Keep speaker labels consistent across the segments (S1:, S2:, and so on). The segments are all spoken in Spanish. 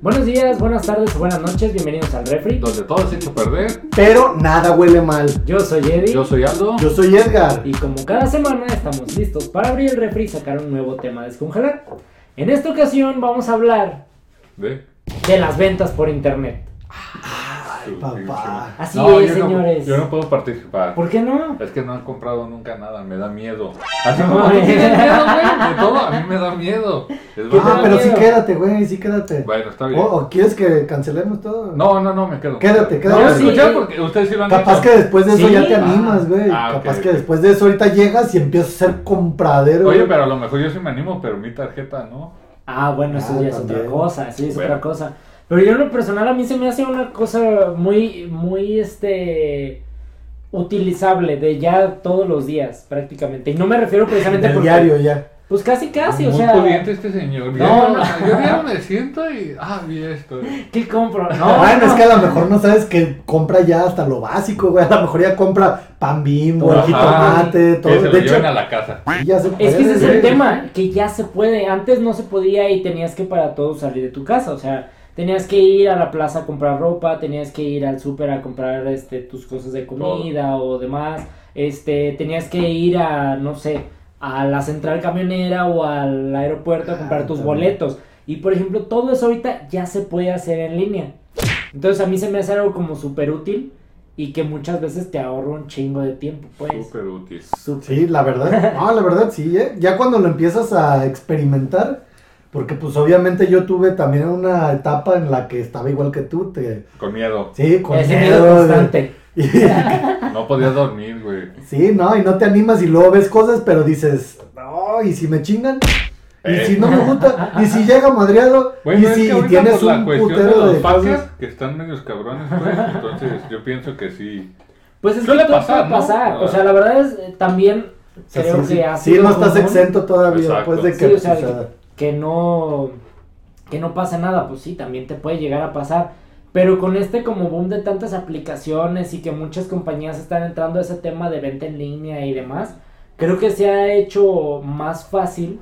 S1: Buenos días, buenas tardes, buenas noches, bienvenidos al Refri.
S2: donde todo se echa a perder.
S3: Pero nada huele mal.
S1: Yo soy Eddie
S2: Yo soy Aldo.
S3: Yo soy Edgar.
S1: y como cada semana estamos listos para abrir el Refri y sacar un nuevo tema a descongelar. En esta ocasión vamos a hablar
S2: ¿Ve?
S1: de las ventas por internet.
S2: Ay,
S3: papá.
S1: Así es,
S2: yo no-
S1: señores.
S2: yo no puedo participar.
S1: ¿Por qué no?
S2: Es que no han comprado nunca nada, me da miedo. Así
S1: No,
S2: como
S1: güey.
S2: tú tienes miedo, güey, de todo, a mí me da miedo. Es
S3: Ah,
S2: verdad.
S3: pero
S1: miedo.
S3: sí quédate, güey, sí quédate.
S2: Bueno, está bien.
S3: O, o quieres que cancelemos todo?
S2: No, no, no, me quedo.
S3: Quédate,
S2: No,
S3: quédate.
S2: voy a
S1: Sí.
S2: escuchar porque ustedes sí lo han
S3: Capaz
S2: dicho.
S3: que después de eso
S1: Sí.
S3: ya te
S1: Ah.
S3: animas, güey.
S2: Ah, ok,
S3: Capaz
S2: ok.
S3: que después de eso ahorita llegas y empiezas a ser compradero.
S2: Oye,
S3: güey.
S2: pero a lo mejor yo sí me animo, pero mi tarjeta no.
S1: Ah, bueno, eso
S3: Ah,
S1: ya es
S3: también.
S1: otra cosa, eso ya es
S2: Bueno.
S1: otra cosa. Pero yo en lo personal a mí se me hace una cosa muy, muy, este, utilizable de ya todos los días prácticamente. Y no me refiero precisamente
S3: Del
S1: porque-
S3: diario ya.
S1: Pues casi, casi, o
S2: Muy
S1: sea.
S2: pudiente este señor.
S1: No,
S2: Bien,
S1: no.
S2: o sea, Yo ya me siento y. Ah, vi esto.
S1: ¿Qué compro? No,
S3: bueno,
S1: no.
S3: es que a lo mejor no sabes que compra ya hasta lo básico, güey. A lo mejor ya compra pan bimbo,
S1: Ajá.
S3: el jitomate,
S2: Que
S3: todo.
S2: se lo
S3: De hecho,
S2: lleven a la casa.
S3: sí, ya se
S1: Es que ese es
S3: puede,
S1: el
S3: güey.
S1: tema, que ya se puede. Antes no se podía y tenías que para todo salir de tu casa. O sea, tenías que ir a la plaza a comprar ropa, tenías que ir al súper a comprar este, tus cosas de comida o demás. Este, tenías que ir a, no sé, a la central camionera o al aeropuerto a comprar
S3: Ah,
S1: tus
S3: también.
S1: boletos. Y por ejemplo, todo eso ahorita ya se puede hacer en línea. Entonces a mí se me hace algo como súper útil y que muchas veces te ahorra un chingo de tiempo, pues.
S2: Súper útil.
S1: Súper.
S3: Sí, la verdad. No, la verdad sí, ¿eh? Ya cuando lo empiezas a experimentar, porque pues obviamente yo tuve también una etapa en la que estaba igual que tú, te...
S2: Con miedo.
S3: Sí, con
S1: Ese miedo
S3: miedo,
S1: constante.
S3: güey.
S2: No podía dormir, güey.
S3: Y- sí, no, y no te animas y luego ves cosas, pero dices, no, y si me chingan, y
S2: Eh.
S3: si no me gusta, y si llega madreado,
S2: Bueno,
S3: y
S2: es
S3: si
S2: que ahorita
S3: tienes
S2: por la
S3: un
S2: cuestión
S3: putero
S2: de
S3: de,
S2: los
S3: cosas.
S2: hackers que están medios cabrones, pues, entonces yo pienso que sí.
S1: Pues es
S2: Suele
S1: que todo
S2: pasar,
S1: puede
S2: ¿no?
S1: pasar. O sea, la verdad es eh, también
S3: O sea,
S1: creo
S3: sí, sí,
S1: que ha
S3: sí,
S1: sido
S3: no estás
S1: común
S3: exento todavía,
S2: Exacto.
S3: pues de que...
S1: Sí, o sea,
S3: pues, o sea,
S1: que no que no pasa nada, pues sí, también te puede llegar a pasar. Pero con este como boom de tantas aplicaciones y que muchas compañías están entrando a ese tema de venta en línea y demás, creo que se ha hecho más fácil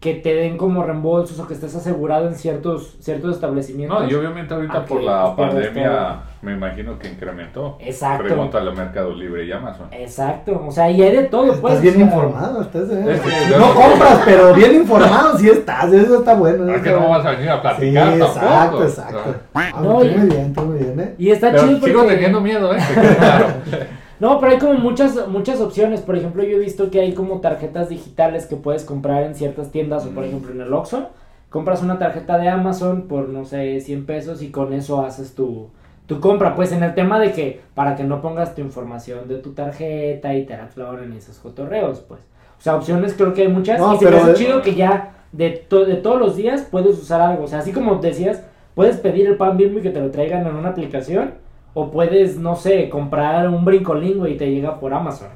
S1: que te den como reembolsos o que estés asegurado en ciertos ciertos establecimientos.
S2: No, y obviamente ahorita
S1: Ah,
S2: por
S1: que
S2: la
S1: los perros
S2: pandemia
S1: todo.
S2: me imagino que incrementó.
S1: Exacto.
S2: Pregúntale a Mercado Libre y Amazon.
S1: Exacto, o sea, y hay de todo, pues.
S3: Estás
S1: o
S3: bien
S1: sea,
S3: informado, estás, eh.
S2: Es que-
S3: No compras, pero bien informado sí estás, eso está bueno. eso
S2: Ah, Es que
S3: está
S2: no
S3: bueno.
S2: vas a venir a
S3: Sí,
S2: platicar
S3: exacto,
S2: tampoco.
S3: exacto. Ah,
S1: No,
S3: muy
S1: y-
S3: bien, tú muy bien, eh.
S1: Y está
S2: Pero
S1: chido porque...
S2: sigo teniendo miedo, ¿eh? Que quede claro.
S1: No, pero hay como muchas, muchas opciones. Por ejemplo, yo he visto que hay como tarjetas digitales que puedes comprar en ciertas tiendas o por
S2: Mm.
S1: ejemplo en el Oxxo. Compras una tarjeta de Amazon por, no sé, 100 pesos y con eso haces tu, tu compra. Pues en el tema de que para que no pongas tu información de tu tarjeta y te la afloren esos cotorreos, pues. O sea, opciones creo que hay muchas.
S3: No,
S1: y se me
S3: pero
S1: hace
S3: de-
S1: chido que ya de, to- de todos los días puedes usar algo. O sea, así como decías, puedes pedir el pan bimbo y que te lo traigan en una aplicación. O puedes, no sé, comprar un brincolingo y te llega por Amazon.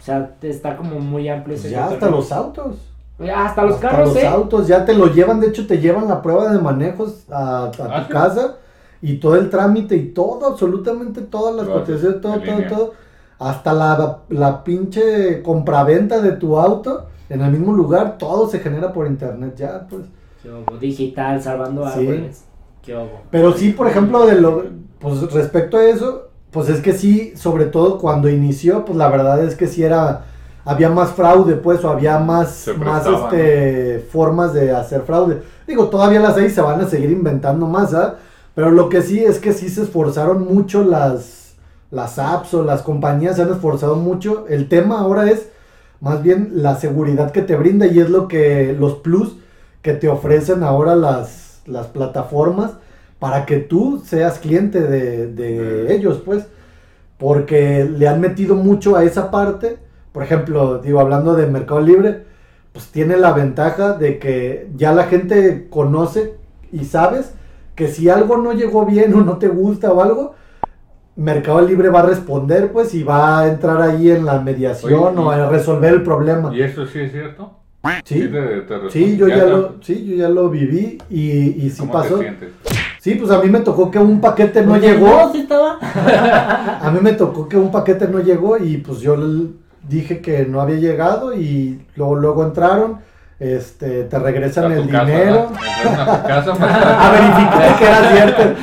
S1: O sea, te- está como muy amplio
S3: Pues
S1: ese
S3: ya hasta
S1: cotorreo.
S3: los autos.
S1: Ya Hasta los carros,
S3: los
S1: ¿eh?
S3: autos, ya te lo llevan, de hecho te llevan la prueba de manejos a, a tu
S2: Ah, sí.
S3: casa y todo el trámite y todo, absolutamente todas las
S2: Lo haces
S3: cotizaciones, todo,
S2: en
S3: todo,
S2: línea.
S3: todo. Hasta la, la pinche compraventa de tu auto en el mismo lugar, todo se genera por internet ya, pues.
S1: Qué obo, Digital, salvando
S3: Sí.
S1: árboles. Qué obo.
S3: Pero sí, por ejemplo, de lo, pues respecto a eso, pues es que sí, sobre todo cuando inició, pues la verdad es que sí era, había más fraude, pues, o había más,
S2: Se
S3: más
S2: prestaba,
S3: este, formas de hacer fraude. Digo, todavía las hay, se van a seguir inventando más, ¿ah? Pero lo que sí es que sí se esforzaron mucho las, las apps o las compañías, se han esforzado mucho. El tema ahora es más bien la seguridad que te brinda y es lo que los plus que te ofrecen ahora las, las plataformas para que tú seas cliente de, de
S2: Sí.
S3: ellos, pues, porque le han metido mucho a esa parte. Por ejemplo, digo, hablando de Mercado Libre, pues tiene la ventaja de que ya la gente conoce y sabes que si algo no llegó bien o no te gusta o algo, Mercado Libre va a responder, pues, y va a entrar ahí en la mediación
S2: Oye,
S3: o
S2: y-
S3: a resolver el problema.
S2: ¿Y eso sí es cierto?
S3: Sí,
S2: te- te respondo?
S3: sí, yo ya
S2: te-
S3: lo, sí, yo ya lo viví y, y sí
S2: ¿Cómo
S3: pasó.
S2: te sientes?
S3: Sí, pues a mí me tocó que un paquete no llegó.
S1: sí estaba?
S3: A mí me tocó que un paquete no llegó y pues yo le- dije que no había llegado y luego, luego entraron, este, te regresan
S2: A tu
S3: el
S2: casa,
S3: dinero.
S2: ¿no? Entran a tu casa
S3: a
S2: para-
S3: verificar que era cierto.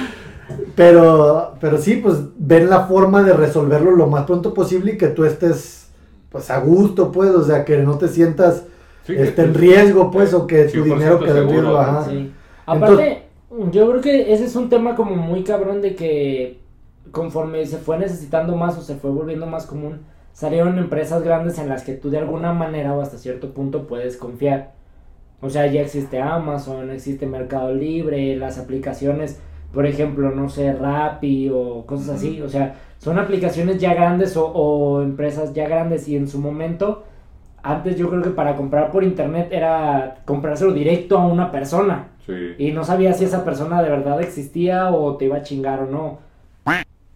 S3: Pero, pero sí, pues ven la forma de resolverlo lo más pronto posible y que tú estés pues a gusto, pues, o sea, que no te sientas
S2: Sí, que
S3: este, en
S2: tú-
S1: eh,
S3: riesgo, pues, o que tu
S2: 100%
S3: dinero quede en
S2: seguro,
S3: riesgo. Ajá.
S1: Sí. Aparte, yo creo que ese es un tema como muy cabrón de que conforme se fue necesitando más o se fue volviendo más común, salieron empresas grandes en las que tú de alguna manera o hasta cierto punto puedes confiar. O sea, ya existe Amazon, existe Mercado Libre, las aplicaciones, por ejemplo, no sé, Rappi o cosas así. O sea, son aplicaciones ya grandes o, o empresas ya grandes y en su momento, antes yo creo que para comprar por internet era comprárselo directo a una persona.
S2: Sí.
S1: Y no sabía si esa persona de verdad existía o te iba a chingar o no.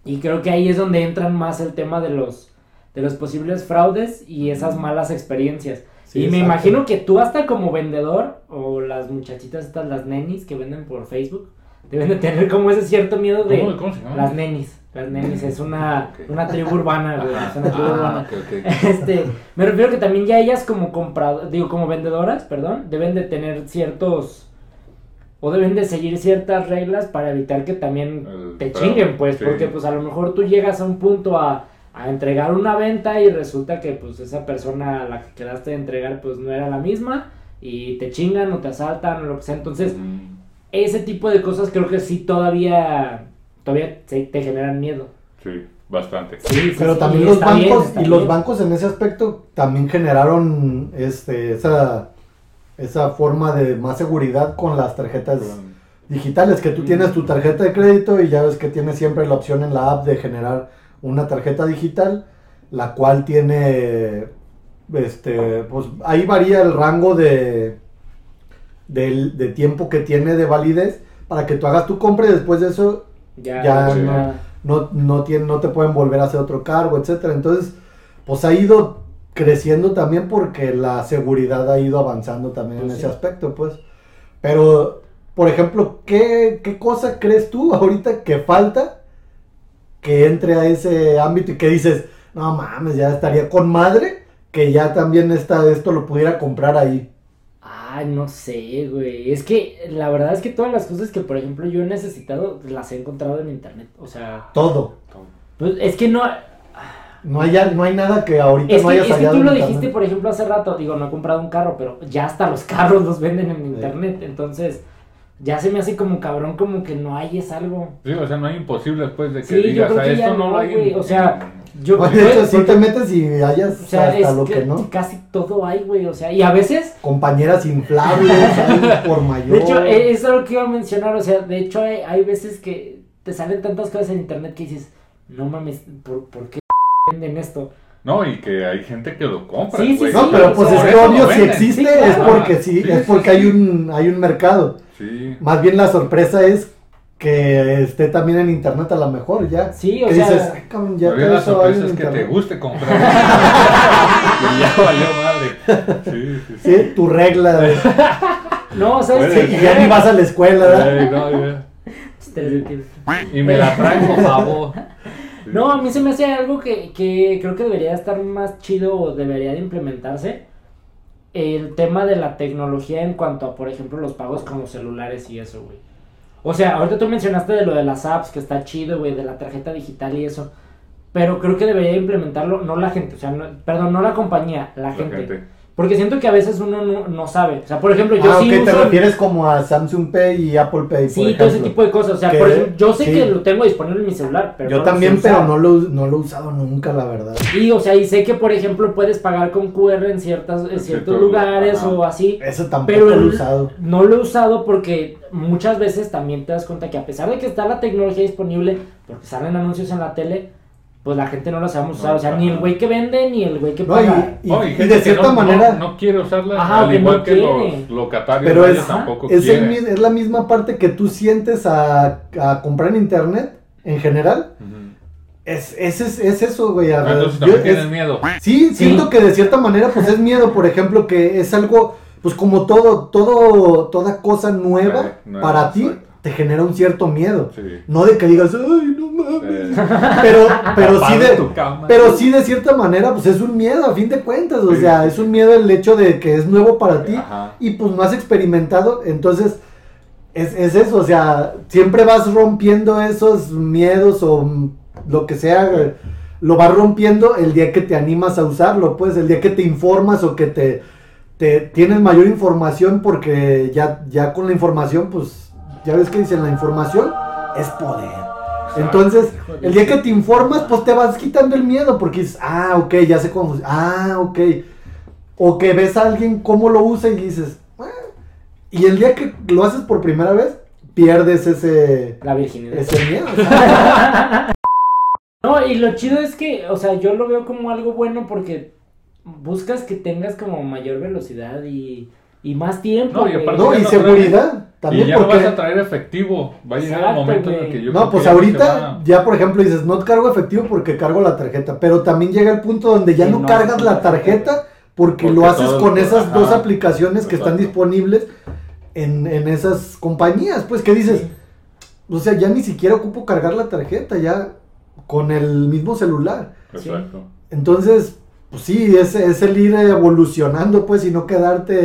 S1: Y creo que ahí es donde entran más el tema de los, de los posibles fraudes y esas malas experiencias.
S3: Sí,
S1: y me
S3: exacto.
S1: imagino que tú hasta como vendedor o las muchachitas estas, las nenis que venden por Facebook, deben de tener como ese cierto miedo de...
S2: ¿Cómo, cómo se llama?
S1: Las nenis, las nenis, es una,
S2: Ok.
S1: una tribu urbana, güey, es una tribu urbana.
S2: Ah, ok, ok.
S1: Este, me refiero que también ya ellas como compradoras, digo, como vendedoras, perdón, deben de tener ciertos o deben de seguir ciertas reglas para evitar que también
S2: El
S1: te
S2: fraude,
S1: chinguen, pues,
S2: sí.
S1: porque pues a lo mejor tú llegas a un punto a, a entregar una venta y resulta que pues esa persona a la que quedaste de entregar pues no era la misma y te chingan o te asaltan o lo que sea, entonces
S2: Mm,
S1: ese tipo de cosas creo que sí todavía todavía se- te generan miedo.
S2: Sí, bastante.
S1: Sí,
S3: Pero
S1: sí,
S3: también
S1: y
S3: los
S1: está bien,
S3: bancos,
S1: está
S3: y los
S1: bien.
S3: bancos en ese aspecto también generaron este, esa, esa forma de más seguridad con las tarjetas digitales, que tú
S1: Mm.
S3: tienes tu tarjeta de crédito y ya ves que tienes siempre la opción en la app de generar una tarjeta digital, la cual tiene, este, pues ahí varía el rango de, del- de tiempo que tiene de validez para que tú hagas tu compra y después de eso
S1: ya,
S3: ya
S1: no,
S2: no-
S1: nada.
S3: no, no, tienen, no te pueden volver a hacer otro cargo, etcétera. Entonces, pues ha ido creciendo también porque la seguridad ha ido avanzando también
S1: Pues
S3: en
S1: sí.
S3: ese aspecto, pues. Pero, por ejemplo, ¿qué, qué cosa crees tú ahorita que falta que entre a ese ámbito y que dices, no mames, ya estaría con madre que ya también está, esto lo pudiera comprar ahí?
S1: Ay, no sé, güey. Es que la verdad es que todas las cosas que, por ejemplo, yo he necesitado, las he encontrado en internet. O sea,
S3: Todo.
S1: pues es que no.
S3: No hay, no hay nada que ahorita
S1: Es
S3: no
S1: que,
S3: hayas
S1: es que
S3: hallado
S1: tú
S3: en
S1: lo
S3: internet.
S1: dijiste, por ejemplo, hace rato. Digo, no he comprado un carro, pero ya hasta los carros los venden en internet. Entonces, ya se me hace como cabrón, como que no hay es algo.
S2: Sí, o sea, no hay imposible después de que
S1: Sí, yo
S2: digas,
S1: creo
S2: "Ah,
S1: que ya
S2: esto no
S1: no,
S2: lo hay.
S1: güey",
S2: en-
S1: o sea, Yo
S3: Oye,
S1: creo-
S3: eso sí te metes y hallas
S1: o sea,
S3: hasta
S1: es
S3: lo
S1: que
S3: que, no.
S1: casi todo hay, güey. O sea, y a veces
S3: Compañeras inflables, hay por mayor.
S1: De hecho, e- es algo que iba a mencionar, o sea, de hecho hay, hay veces que te salen tantas cosas en internet que dices, no mames, ¿por, por qué venden esto?
S2: No, y que hay gente que lo compra.
S1: Sí, sí,
S2: güey.
S1: sí,
S3: no, pero
S1: o
S3: pues
S1: sea,
S3: es
S1: por
S3: que
S2: eso lo
S3: obvio, si
S2: venden.
S3: existe
S1: Sí, claro.
S3: es porque sí,
S2: Sí,
S3: es
S2: sí,
S3: porque
S2: sí.
S3: hay un hay un mercado.
S2: Sí.
S3: Más bien la sorpresa es que esté también en internet a lo mejor ya.
S1: Sí, o
S3: que
S1: sea,
S3: dices, "Ay, cabrón, ya
S2: Pero
S3: todo
S2: la
S3: eso hay en
S2: sorpresa es que te
S3: internet.
S2: guste comprar. y ya valió madre. Sí, sí, sí.
S3: Sí, tu regla. de-
S1: No, o sea, es
S2: Puede
S1: que-
S3: que ya ni vas a la escuela, ¿verdad?
S2: Ay, no, ya.
S1: Te detienes.
S2: Y me la traen, por favor. Sí.
S1: No, a mí se me hace algo que, que creo que debería estar más chido o debería de implementarse. El tema de la tecnología en cuanto a, por ejemplo, los pagos con los celulares y eso, güey. O sea, ahorita tú mencionaste de lo de las apps, que está chido, güey, de la tarjeta digital y eso. Pero creo que debería implementarlo, no la gente, o sea, no- perdón, no la compañía, la,
S2: La
S1: gente.
S2: gente.
S1: Porque siento que a veces uno no, no sabe. O sea, por ejemplo, yo
S3: Ah,
S1: sí
S3: ok, te
S1: uso-
S3: refieres como a Samsung Pay y Apple Pay, por
S1: Sí, todo ese
S3: ejemplo.
S1: tipo de cosas. O sea,
S3: Que-
S1: por ejemplo, yo sé
S3: sí.
S1: que lo tengo disponible en mi celular, pero
S3: Yo
S1: no lo sé
S3: también, pero
S1: usar.
S3: no lo, no lo he usado nunca, la verdad.
S1: Y, o sea, y sé que, por ejemplo, puedes pagar con QR en, ciertas, en ciertos
S2: ciertos
S1: lugares
S2: lugares,
S1: o
S2: ajá.
S1: así.
S3: Eso tampoco
S1: Pero
S3: lo he
S1: el-
S3: usado.
S1: No lo he usado porque muchas veces también te das cuenta que a pesar de que está la tecnología disponible, porque salen anuncios en la tele, pues la gente no lo sabemos
S2: No,
S1: usar. O sea, ni el
S2: ajá.
S1: güey que vende, ni el güey que
S3: No, y-
S1: paga.
S3: y,
S2: No,
S3: y
S2: gente
S3: de
S2: que
S3: cierta
S2: no- no-
S3: manera,
S2: No, quiere usarla,
S1: Ajá,
S2: al
S1: que
S2: igual
S1: no
S2: que
S1: quiere.
S2: los locatarios.
S3: Pero
S2: ellos
S3: es-
S2: tampoco
S3: es, el
S2: quieren.
S3: mi- es la misma parte que tú sientes a, a comprar en internet en general.
S2: Ujú.
S3: Es, es, es, es eso, güey. a
S2: Ah,
S3: ver,
S2: Entonces
S3: yo-
S2: también tienen
S3: es-
S2: miedo.
S3: sí, siento que de cierta manera, pues es miedo, por ejemplo, que es algo, pues como todo, todo, toda cosa nueva
S2: Nueva, nueva,
S3: para ti,
S2: exacto.
S3: te genera un cierto miedo.
S2: Sí.
S3: No de que digas, ay, no
S2: Eh,
S3: Pero, pero sí
S2: tapado
S3: de.
S2: tu cama.
S3: Pero sí, de cierta manera, pues es un miedo, a fin de cuentas. O
S2: Sí. Ah,
S3: sea, es un miedo el hecho de que es nuevo para ti
S2: Ajá.
S3: y pues no has experimentado. Entonces, es, es eso. O sea, siempre vas rompiendo esos miedos o mm, lo que sea. eh, Lo vas rompiendo el día que te animas a usarlo, pues el día que te informas o que te, te tienes mayor información porque ya, ya con la información, pues ya ves que dicen la información es poder. Entonces,
S2: Híjole,
S3: el día
S2: sí.
S3: que te informas, pues te vas quitando el miedo, porque dices, ah, ok, ya sé cómo funciona, ah, ok. O que ves a alguien cómo lo usa y dices, "Ah". y el día que lo haces por primera vez, pierdes ese,
S1: La virginidad.
S3: ese miedo.
S1: No, y lo chido es que, o sea, yo lo veo como algo bueno porque buscas que tengas como mayor velocidad y, y más tiempo.
S2: No, y
S1: güey.
S2: aparte-
S3: No, y
S2: no,
S3: seguridad también
S2: y ya no
S3: porque...
S2: vas a traer efectivo. Va a llegar
S1: Exacto,
S2: el momento en
S1: güey.
S2: el que yo. creo
S3: No,
S2: que
S3: pues
S2: ya se
S3: ahorita
S2: va-
S3: ya por ejemplo dices, no cargo efectivo porque cargo la tarjeta, pero también llega el punto donde ya
S1: Sí,
S3: no,
S1: no,
S3: cargas
S1: sí,
S3: la tarjeta porque, lo
S2: porque
S3: haces
S2: todo-
S3: con esas
S2: ajá,
S3: dos aplicaciones que están
S2: exacto.
S3: disponibles en, en esas compañías, pues que dices, o sea, ya ni siquiera ocupo cargar la tarjeta, ya con el mismo celular.
S2: Exacto.
S3: Entonces, pues sí, es, es el ir evolucionando, pues, y no quedarte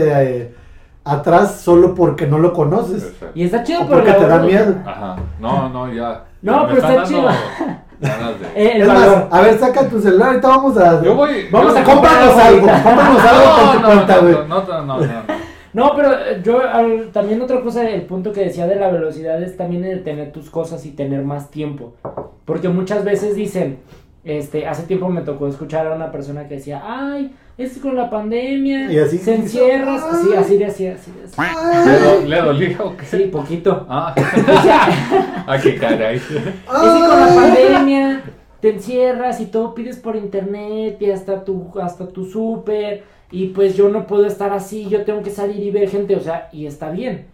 S3: eh, atrás solo porque no lo conoces.
S2: Exacto.
S1: Y está chido
S3: O porque
S1: la-
S3: te da miedo.
S2: Ajá. No, no, ya.
S1: No,
S2: Me
S1: pero
S2: están
S1: está
S2: dando ganas de-
S1: Eh, el
S3: Es más,
S1: valor.
S3: a ver, saca tu celular, ahorita vamos a...
S2: Yo voy.
S1: Vamos
S2: yo-
S1: a
S3: Cómpranos algo, cómpranos algo
S2: No,
S3: con tu
S2: no,
S3: cuenta,
S2: no,
S3: güey.
S2: no, no, no, no, no.
S1: No, pero eh, yo al- también otra cosa, el punto que decía de la velocidad es también el tener tus cosas y tener más tiempo. Porque muchas veces dicen, este, hace tiempo me tocó escuchar a una persona que decía, ay, es que con la pandemia,
S3: Y así
S1: se
S3: hizo,
S1: encierras,
S3: "Ay".
S1: así, así, así, así, así.
S2: ¿Le,
S3: Ay,
S2: do- le dolía o qué?
S1: Sí, poquito.
S2: Ah, ah, qué caray.
S1: Es que con la
S3: ay.
S1: pandemia te encierras y todo pides por internet y hasta tu hasta tu súper y pues yo no puedo estar así, yo tengo que salir y ver gente, o sea, y está bien.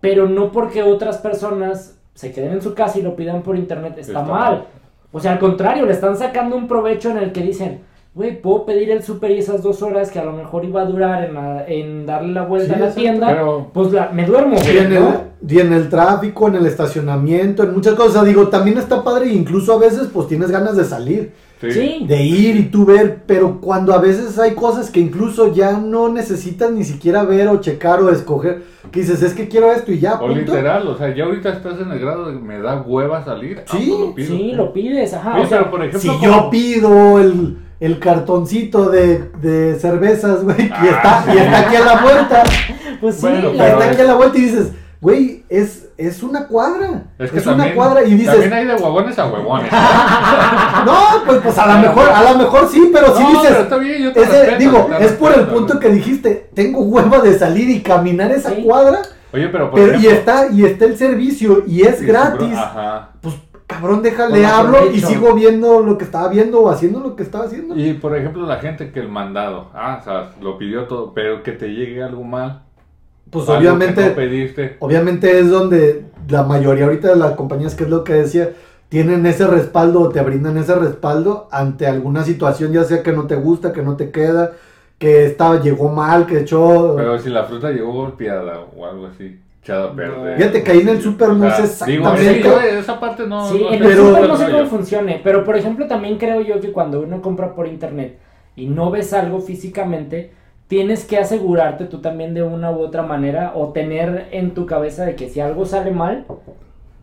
S1: Pero no porque otras personas se queden en su casa y lo pidan por internet, está,
S2: Está
S1: mal.
S2: mal.
S1: O sea, al contrario, le están sacando un provecho en el que dicen, güey, puedo pedir el súper y esas dos horas que a lo mejor iba a durar en, la- en darle la vuelta
S3: Sí,
S1: a la
S3: exacto.
S1: tienda,
S2: Pero-
S1: pues la- me duermo.
S3: Y en,
S1: ¿no?
S3: el, y en el tráfico, en el estacionamiento, en muchas cosas. Digo, también está padre, incluso a veces pues tienes ganas de salir,
S1: Sí.
S3: de ir y tú ver, pero cuando a veces hay cosas que incluso ya no necesitas ni siquiera ver o checar o escoger, que dices, es que quiero esto y ya,
S2: O
S3: punto.
S2: literal, o sea, ya ahorita estás en el grado de que me da hueva salir. Ah,
S3: Sí, ah,
S2: pues lo pido.
S1: Sí, lo pides, ajá.
S2: Oye,
S1: o sea,
S2: pero por ejemplo,
S3: Si
S2: como-
S3: yo pido el, el cartoncito de, de cervezas, güey, que
S2: Ah,
S3: está, y está aquí a la vuelta,
S1: Pues sí,
S2: Bueno,
S1: la
S2: pero-
S3: está
S1: verdad.
S3: aquí a la vuelta y dices, güey, es, es una cuadra, es,
S2: es que
S3: pues, una
S2: también-
S3: cuadra, y dices, Ah,
S2: También hay de huevones a huevones.
S3: No, pues, pues a lo mejor, a lo mejor sí, pero sí
S2: no,
S3: dices.
S2: pero está bien, yo te
S3: ese-
S2: respeto,
S3: digo,
S2: te
S3: es por el
S2: respeto,
S3: punto
S2: güey.
S3: que dijiste, tengo hueva de salir y caminar esa
S1: Sí.
S3: cuadra,
S2: Oye, pero por
S3: pero, y
S2: ejemplo-
S3: está, y está el servicio, y es
S2: Sí, ah,
S3: gratis.
S2: Ajá.
S3: Cabrón, déjale,
S1: Pues,
S3: hablo y
S1: aprovecho.
S3: sigo viendo lo que estaba viendo o haciendo lo que estaba haciendo.
S2: Y por ejemplo, la gente que el mandado, ah, o sea, lo pidió todo, pero que te llegue algo mal.
S3: Pues
S2: algo
S3: obviamente,
S2: Que no pediste.
S3: obviamente es donde la mayoría ahorita de las compañías, que es lo que decía, tienen ese respaldo o te brindan ese respaldo ante alguna situación, ya sea que no te gusta, que no te queda, que estaba, llegó mal, que echó.
S2: Pero si la fruta llegó golpeada o algo así, echada a perder.
S3: Fíjate que ahí en el súper no
S2: O sea,
S3: sé
S2: digo,
S3: exactamente.
S2: sí, yo esa parte no.
S1: Sí,
S2: no
S1: en
S2: sé
S1: el
S3: pero-
S1: súper no
S2: el
S1: sé
S2: rollo.
S1: cómo funcione, pero por ejemplo también creo yo que cuando uno compra por internet y no ves algo físicamente, tienes que asegurarte tú también de una u otra manera o tener en tu cabeza de que si algo sale mal,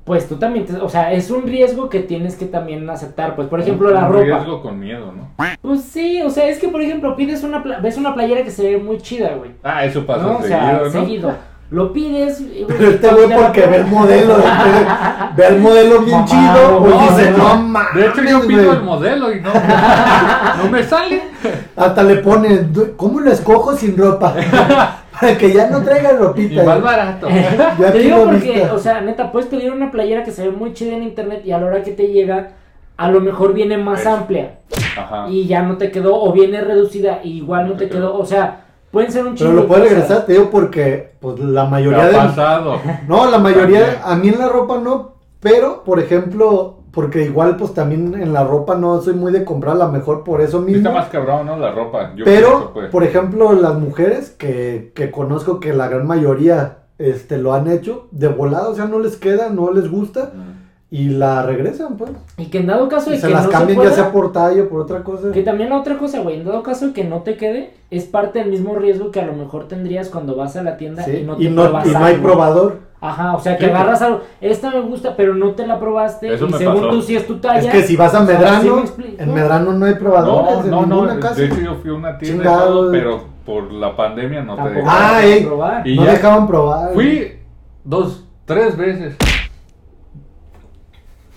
S1: pues tú también, te- o sea, es un riesgo que tienes que también aceptar, pues por ejemplo
S2: Un-
S1: la
S2: un
S1: ropa.
S2: riesgo con miedo, ¿no?
S1: Pues sí, o sea, es que por ejemplo pides una pla- ves una playera que se ve muy chida, güey.
S2: Ah, eso pasa
S1: ¿no? O
S2: seguido,
S1: sea,
S2: ¿no?
S1: seguido. Lo pides. y-
S3: Pero este güey porque ve el modelo, este, ve el modelo bien
S1: Mamá,
S3: chido, pues
S1: no,
S3: dice,
S1: no.
S3: no mames.
S2: De hecho, yo pido
S3: güey".
S2: el modelo y no, no me sale.
S3: Hasta le pone, "Du- ¿cómo lo escojo sin ropa? Para que ya no traiga
S2: Y
S3: ropita.
S2: más barato.
S3: Yo
S1: Te
S3: aquí
S1: digo
S3: lo
S1: porque,
S3: vista.
S1: o sea, neta, puedes pedir una playera que se ve muy chida en internet y a la hora que te llega, a lo mejor viene más
S2: Eso.
S1: amplia
S2: Ajá.
S1: y ya no te quedó, o viene reducida y igual no te quedó, o sea, pueden ser un chingo.
S3: Pero lo
S1: de
S3: puede
S1: cosas.
S3: regresar, te digo, porque pues la
S2: ¿Qué
S3: mayoría
S2: ha
S3: de...
S2: pasado?
S3: No, la mayoría,
S2: También.
S3: a mí en la ropa no, pero, por ejemplo, porque igual pues también en la ropa no soy muy de comprar la mejor por eso
S2: Sí Está
S3: mismo.
S2: más cabrón, ¿no? La ropa. Yo
S3: Pero,
S2: pienso, pues.
S3: por ejemplo, las mujeres que, que conozco que la gran mayoría este, lo han hecho de volado, o sea, no les queda, no les gusta.
S2: Mm.
S3: y la regresan, pues.
S1: Y que en dado caso
S3: Y
S1: de
S3: se
S1: que
S3: las
S1: no se
S3: cambian
S1: pueda,
S3: ya sea por talla o por otra cosa.
S1: que también la otra cosa, güey, en dado caso de que no te quede, es parte del mismo riesgo que a lo mejor tendrías cuando vas a la tienda
S3: Sí,
S1: y no te
S3: Y no,
S1: pruebas
S3: y no hay
S1: algo.
S3: probador.
S1: Ajá, o sea, que
S2: Sí. pues.
S1: agarras algo, esta me gusta, pero no te la probaste
S2: Eso
S1: y
S2: me
S1: según
S2: pasó.
S1: tú sí es tu
S3: Es
S1: talla.
S3: que si vas a
S1: Ah, O sea, ¿sí me
S3: Medrano,
S1: explico?
S3: en Medrano no hay
S2: No,
S3: probadores en
S2: no,
S3: ninguna
S2: no.
S3: casa.
S2: De hecho, yo fui a una tienda, y
S3: Chingado.
S2: todo, pero por la pandemia no te
S1: Tampoco
S2: dejaron.
S3: Ah,
S1: vas a
S3: ey.
S1: probar.
S2: Y
S3: no
S2: ya.
S3: dejaban probar.
S2: Fui dos, tres veces.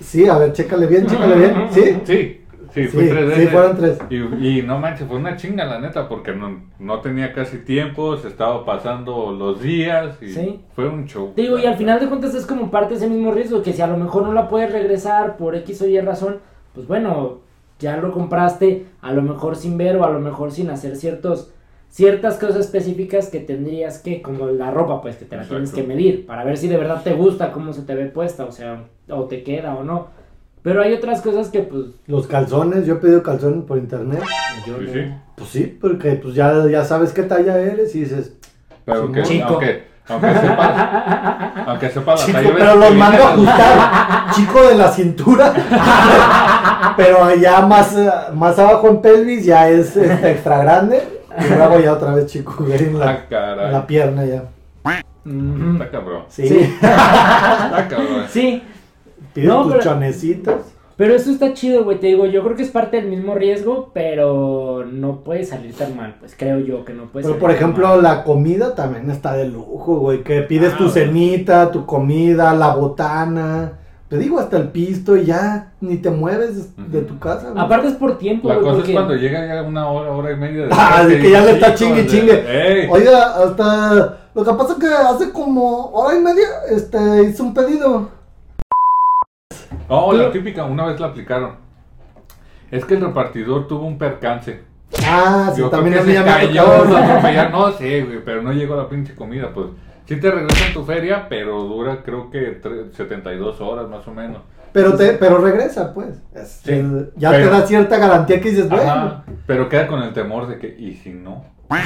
S3: Sí, a ver, chécale bien, chécale bien. ¿Sí?
S2: Sí, sí,
S3: Sí,
S2: fui tres
S3: sí,
S2: veces.
S3: fueron tres.
S2: Y, y no manches, fue una chinga la neta, porque no, no tenía casi tiempo, se estaba pasando los días y
S1: Sí.
S2: fue un show.
S1: Te Digo, y al final de cuentas es como parte de ese mismo riesgo, que si a lo mejor no la puedes regresar por X o Y razón, pues bueno, ya lo compraste, a lo mejor sin ver o a lo mejor sin hacer ciertos ciertas cosas específicas que tendrías que, como la ropa, pues que te la
S2: Exacto.
S1: tienes que medir para ver si de verdad te gusta cómo se te ve puesta, o sea, o te queda o no. Pero hay otras cosas que pues
S3: Los calzones, yo he pedido calzones por internet.
S1: yo
S2: Sí,
S1: no-
S2: sí.
S3: Pues sí, porque pues ya, ya sabes qué talla eres y dices,
S2: Pero que,
S1: Chico.
S2: aunque, aunque sepa, aunque sepa la
S3: chico,
S2: talla,
S3: pero los
S2: elige
S3: mando a
S2: la-
S3: ajustar, chico de la cintura, pero allá más, eh, más abajo en pelvis ya es este, extra grande y luego ya otra vez chico güey, en
S2: Ah,
S3: la, en
S2: caray.
S3: la pierna ya.
S1: Ujú.
S2: Está cabrón.
S3: Sí,
S1: Sí.
S2: Está cabrón.
S1: Sí,
S3: pides
S1: No,
S3: tus
S1: pero-
S3: chonecitos.
S1: Pero eso está chido, güey. Te digo, yo creo que es parte del mismo riesgo, pero no puede salir tan mal, pues creo yo que no puede
S3: Pero
S1: salir
S3: por
S1: tan
S3: ejemplo
S1: mal.
S3: la comida también está de lujo, güey, que pides
S2: Ah,
S3: tu
S2: güey.
S3: cenita, tu comida, la botana, te digo hasta el pisto y ya ni te mueves de, de tu casa. güey.
S1: Aparte es por tiempo,
S2: La
S1: güey.
S2: cosa
S1: porque-
S2: es cuando llega ya una hora, hora y media de
S3: Ah, de que ya le está
S2: Hijo
S3: chingue y
S2: de-
S3: chingue.
S2: Ey.
S3: Oiga, hasta. Lo que pasa es que hace como hora y media este, hice un pedido.
S2: No, la
S1: Tú-
S2: típica, una vez la aplicaron. Es que el repartidor tuvo un percance.
S3: Ah, sí,
S2: Yo
S3: también a
S2: creo
S3: mí
S2: que
S3: ya
S2: se
S3: me ha
S2: cayó,
S3: tocado.
S2: lo atropellaron, no sé, güey, pero no llegó la pinche comida, pues. Sí te regresan tu feria, pero dura creo que tre- 72 horas más o menos.
S3: Pero, te, pero regresa, pues. Es-
S2: Sí,
S3: es- ya
S2: pero-
S3: te da cierta garantía que dices, bueno,
S2: Ajá, pero queda con el temor de que, ¿y si no? Puede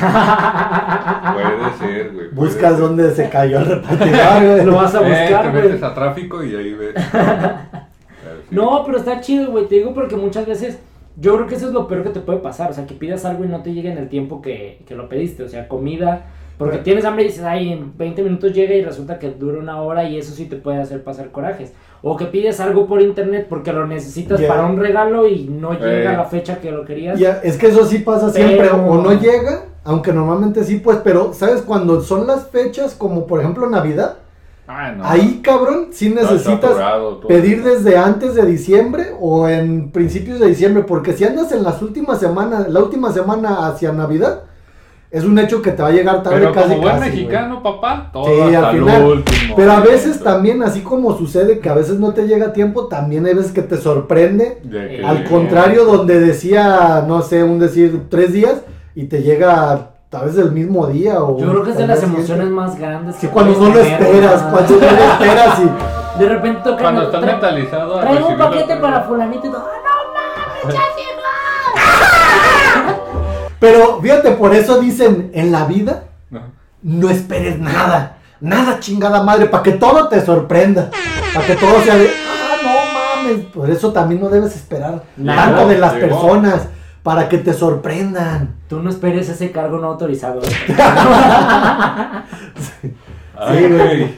S2: ser, güey. puede
S3: buscas
S2: ser.
S3: dónde se cayó el repartidor, güey.
S1: Lo vas a
S2: Eh,
S1: buscar,
S2: te
S1: güey.
S2: metes a tráfico y ahí ves. Pero sí.
S1: No, pero está chido, güey. Te digo porque muchas veces yo creo que eso es lo peor que te puede pasar. O sea, que pidas algo y no te llegue en el tiempo que, que lo pediste. O sea, comida. Porque
S3: Pero-
S1: tienes hambre y dices, ay, en 20 minutos llega y resulta que dura una hora y eso sí te puede hacer pasar corajes. O que pides algo por internet porque lo necesitas
S3: Ya.
S1: para un regalo y no llega
S2: Eh.
S1: la fecha que lo querías.
S3: Ya, es que eso sí pasa siempre,
S1: Pero-
S3: o no llega, aunque normalmente sí, pues, pero, ¿sabes? Cuando son las fechas, como por ejemplo Navidad,
S2: Ah, no.
S3: ahí, cabrón, sí
S2: Estás
S3: necesitas
S2: saturado, todo.
S3: pedir desde antes de diciembre o en principios de diciembre, porque si andas en las últimas semanas, la última semana hacia Navidad, es un hecho que te va a llegar tarde
S2: Pero
S3: casi
S2: como buen
S3: casi,
S2: mexicano, papá, todo
S3: güey. Sí,
S2: hasta
S3: al
S2: el
S3: final.
S2: último.
S3: Pero a veces
S2: momento.
S3: también, así como sucede que a veces no te llega a tiempo, también hay veces que te sorprende.
S2: De que-
S3: Al contrario, donde decía, no sé, un decir tres días y te llega tal vez el mismo día o...
S1: Yo creo que es de
S3: al
S1: las
S3: día siguiente.
S1: emociones más grandes.
S3: Sí, cuando no lo
S1: puedes tener,
S3: esperas,
S1: ¿no?
S3: cuando no lo esperas y...
S1: De repente tocan.
S2: Cuando estás
S1: tra-
S2: mentalizado. a
S1: Traigo un
S2: recibir la
S1: paquete
S2: comida.
S1: para fulanito y todo. "Ah,
S3: Pero fíjate, por eso dicen, en la vida
S2: No.
S3: no esperes nada. Nada chingada madre, para que todo te sorprenda. Para que todo sea de, ah, no mames. Por eso también no debes esperar
S1: Nada,
S3: tanto de las
S2: llegó.
S3: personas. Para que te sorprendan.
S1: no, Tú no esperes ese cargo no autorizado.
S2: Ay,
S3: Sí, güey.
S2: güey.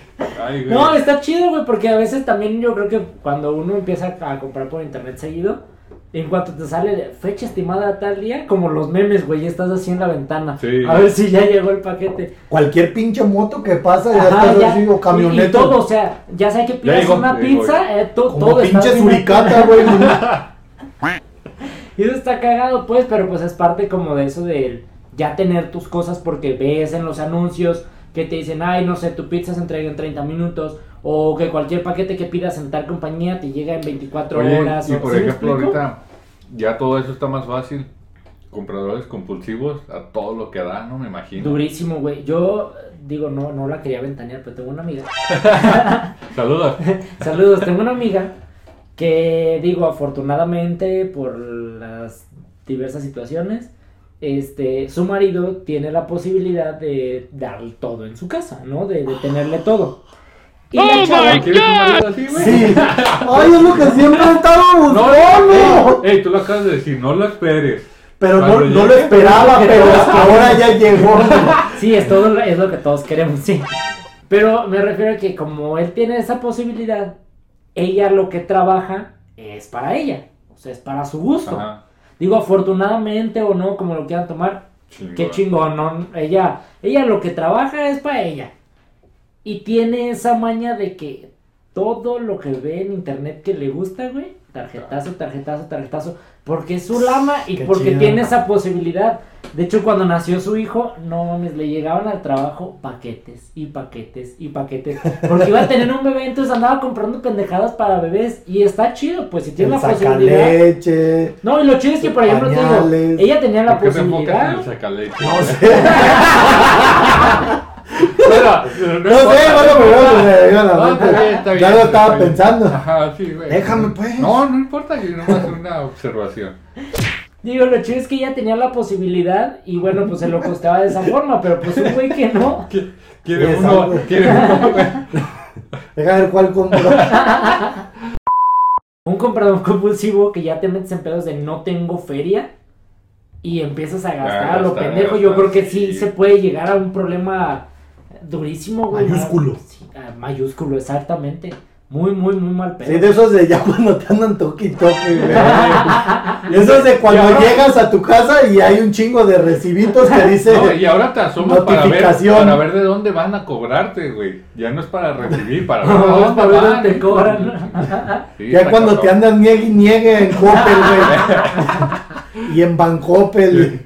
S2: Ay, güey.
S1: No, está chido, güey, porque a veces también yo creo que cuando uno empieza a comprar por internet seguido, en cuanto te sale de fecha estimada a tal día, como los memes, güey, estás así en la ventana.
S2: Sí.
S1: A ver si ya llegó el paquete.
S3: Cualquier pinche moto que pasa, ya
S1: Ajá,
S3: estás
S1: ya.
S3: así, o
S1: Y, y
S3: camioneta.
S1: todo, o sea, ya sea que pidas
S2: llegó,
S1: una
S2: ya llegó,
S1: pizza, eh, to-
S3: como
S1: todo está
S3: pinche
S1: bien
S3: suricata, güey.
S1: Y eso está cagado, pues, pero pues es parte como de eso del ya tener tus cosas porque ves en los anuncios que te dicen, ay, no sé, tu pizza se entrega en 30 minutos o que cualquier paquete que pidas en tal compañía te llega en 24
S2: Oye,
S1: horas.
S2: Y
S1: o-
S2: por
S1: ¿sí me
S2: ejemplo,
S1: explico?
S2: ahorita ya todo eso está más fácil. Compradores compulsivos a todo lo que da, no me imagino.
S1: Durísimo, güey. Yo eh, digo, no, no la quería ventanear, pero tengo una amiga.
S2: Saludos.
S1: Saludos, tengo una amiga que digo, afortunadamente por las diversas situaciones, este, su marido tiene la posibilidad de dar todo en su casa, ¿no? De, de tenerle todo. Y la
S2: ¡Oh,
S1: chava-
S2: my ¿Quieres un marido así, güey?
S3: Sí. Ay, es lo que siempre estábamos
S2: No, eh,
S3: buscando.
S2: ey, ey, tú lo acabas de decir, no lo esperes.
S3: Pero no,
S2: Cuando
S3: no lo
S2: llegue.
S3: esperaba, pero ahora ya llegó.
S1: Sí, es todo lo- es lo que todos queremos, sí. Pero me refiero a que como él tiene esa posibilidad, ella lo que trabaja es para ella, o sea, es para su gusto.
S2: Ajá.
S1: Digo, afortunadamente o no, como lo quieran tomar, qué chingón, ¿no? Ella, ella lo que trabaja es para ella. Y tiene esa maña de que todo lo que ve en internet que le gusta, güey, tarjetazo, tarjetazo, tarjetazo, porque es su lama y
S3: Qué
S1: porque
S3: chido.
S1: tiene esa posibilidad. De hecho, cuando nació su hijo, no mames, le llegaban al trabajo paquetes y paquetes y paquetes. Porque iba a tener un bebé, entonces andaba comprando pendejadas para bebés. Y está chido, pues si tiene
S3: El
S1: la posibilidad.
S3: sacaleche.
S1: No, y lo chido es que, por ejemplo, te digo,
S3: Pañales.
S1: ella tenía la
S2: ¿Por qué te enfocas en
S1: posibilidad.
S2: el sacaleche?
S3: No sé.
S2: Espera,
S3: No sé, bueno, pero no me llegó a la
S2: Ah,
S3: mente.
S2: está bien, está bien,
S3: Ya lo estaba
S2: está bien.
S3: pensando.
S2: Ajá, sí, güey.
S3: Déjame, pues.
S2: No, no importa, yo nomás una observación.
S1: Digo, lo chido es que ella tenía la posibilidad y bueno, pues se lo costeaba de esa forma, pero pues un güey que no.
S2: Quiere
S3: Yes,
S2: uno,
S3: algo.
S2: quiere uno, güey.
S3: Deja ver cuál compro.
S1: Un comprador compulsivo que ya te metes en pedos de no tengo feria y empiezas a gastar
S2: gastar,
S1: lo pendejo. Yo creo
S2: gastar,
S1: que sí
S2: sí.
S1: se puede llegar a un problema durísimo, güey.
S3: Mayúsculo.
S1: Sí, ah, mayúsculo, exactamente. Muy, muy, muy mal pedo.
S3: Sí, de esos de ya cuando te andan toque y toque, güey. Esos de cuando
S2: Y ahora-
S3: llegas a tu casa y hay un chingo de recibitos que dice.
S2: No, y ahora te asomas para ver,
S3: Notificación.
S2: para ver de dónde van a cobrarte, güey. Ya no es para recibir, para ver de
S1: No,
S2: dónde
S1: para ver
S2: van.
S1: dónde cobran.
S2: Sí,
S3: Ya
S2: está
S3: cuando te
S2: cabrón.
S3: andan niegue y niegue en Coppel, güey. y en Van Coppel.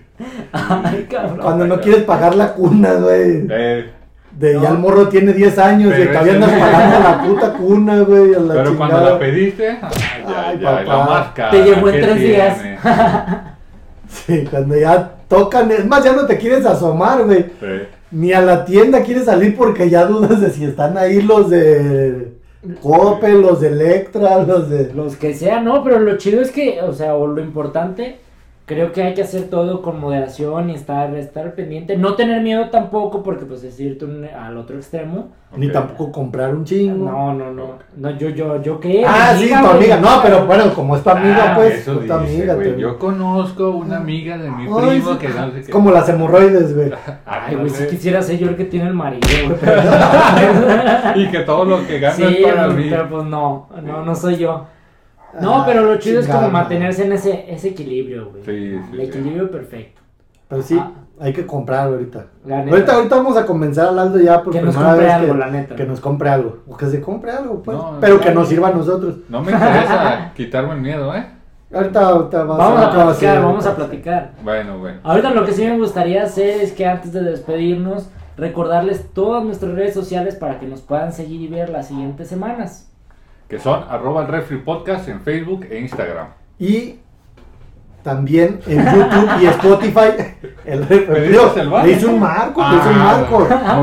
S1: Ay, cabrón.
S3: Cuando no quieres pagar la cuna, güey.
S2: Eh,
S3: De
S1: No.
S3: ya el morro tiene 10 años y
S2: Pero
S3: todavía
S2: ese-
S3: andas pagando la puta cuna, güey. a la
S2: pero cuando
S3: chingada.
S2: la pediste, ah, ya,
S3: Ay,
S2: ya, la
S3: papá.
S2: máscara.
S1: Te llevó en
S2: ¿qué
S1: tres días.
S2: tiene?
S3: Sí, cuando ya tocan. Es más, ya no te quieres asomar, güey.
S2: Eh,
S3: Ni a la tienda quieres salir porque ya dudas de si están ahí los de Coppel, los de Electra, los de.
S1: Los que sea, no, pero lo chido es que, o sea, o lo importante, creo que hay que hacer todo con moderación y estar, estar pendiente. No tener miedo tampoco, porque pues es irte un- al otro extremo.
S3: Ni
S2: ok.
S3: tampoco comprar un chingo.
S1: No, no, no. No, yo, yo, yo qué. pues,
S3: Ah,
S1: Mi
S3: sí,
S1: amiga,
S3: tu
S1: güey.
S3: amiga. No, pero bueno, como es tu amiga,
S2: Ah,
S3: pues.
S2: eso
S3: es tu
S2: dice,
S3: amiga,
S2: güey.
S3: te- Ah.
S2: Yo conozco una amiga de mi
S3: Ay,
S2: primo
S3: sí.
S2: que no sé
S3: Es
S2: qué. Ah,
S3: como las hemorroides, güey.
S1: Ay, güey, si
S2: Ándale.
S1: quisiera ser yo el que tiene el marido, güey. pero-
S2: Y que todo lo que gano
S1: Sí,
S2: es para
S1: pero,
S2: mí.
S1: pero, pues no, no, no soy yo. No, pero lo chido es como
S3: Ah, Chingada.
S1: mantenerse en ese, ese equilibrio, güey.
S2: Sí, sí,
S1: El
S2: sí.
S1: equilibrio perfecto.
S3: Pero sí,
S1: Ah.
S3: hay que comprar ahorita.
S1: La neta.
S3: Ahorita, ahorita vamos a convencer a Aldo ya por
S1: Que nos
S3: primera
S1: compre
S3: vez
S1: algo,
S3: que,
S1: la neta.
S3: que nos compre algo. O que se compre algo, pues.
S2: No,
S3: pero que
S2: claro.
S3: nos sirva a nosotros.
S2: No me interesa quitarme el miedo, ¿eh?
S3: Ahorita, ahorita va
S1: Vamos
S3: ser
S1: a
S3: otra vez,
S1: platicar,
S3: sí,
S1: vamos a
S3: ahorita.
S1: platicar.
S2: Bueno, bueno.
S1: Ahorita lo que sí me gustaría hacer es que antes de despedirnos, recordarles todas nuestras redes sociales para que nos puedan seguir y ver las siguientes semanas.
S2: Que son arroba el refri podcast en Facebook e Instagram.
S3: Y también en YouTube y Spotify. El
S2: ¿Me
S3: refri,
S2: dices el bar?
S3: le hice un marco, le hice un
S2: Ah,
S3: marco.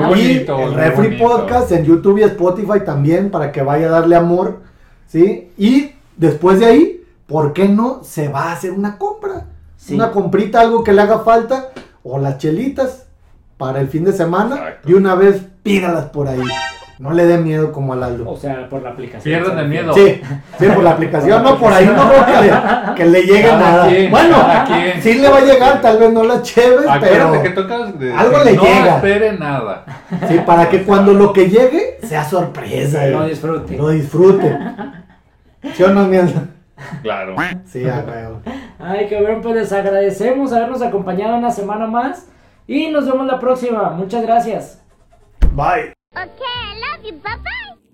S2: muy
S3: y
S2: bonito,
S3: el
S2: muy
S3: Refri
S2: bonito.
S3: Podcast en YouTube y Spotify también para que vaya a darle amor. ¿sí? Y después de ahí, ¿por qué no se va a hacer una compra?
S1: Sí.
S3: Una comprita, algo que le haga falta. O las chelitas para el fin de semana.
S2: Exacto.
S3: Y una vez pídalas por ahí. No le dé miedo como al Aldo.
S1: O sea, por la aplicación.
S2: Pierdan el miedo.
S3: Sí, sí, por la aplicación, no, por ahí no creo que le, que le llegue
S2: Cada
S3: nada.
S2: quien,
S3: bueno,
S2: cada quien.
S3: sí le va a llegar, tal vez no la chévere,
S2: Acuérdate
S3: pero
S2: que tocas de
S3: algo le
S2: no
S3: llega.
S2: espere nada.
S3: sí, para que cuando lo que llegue sea sorpresa.
S1: Lo
S3: eh,
S1: disfruten.
S3: Lo disfrute. ¿Sí o no, mi Aldo?
S2: Claro.
S3: Sí, a huevo.
S1: Ay, cabrón, pues les agradecemos habernos acompañado una semana más y nos vemos la próxima. Muchas gracias.
S3: Bye.
S4: Okay, I love you. Bye bye.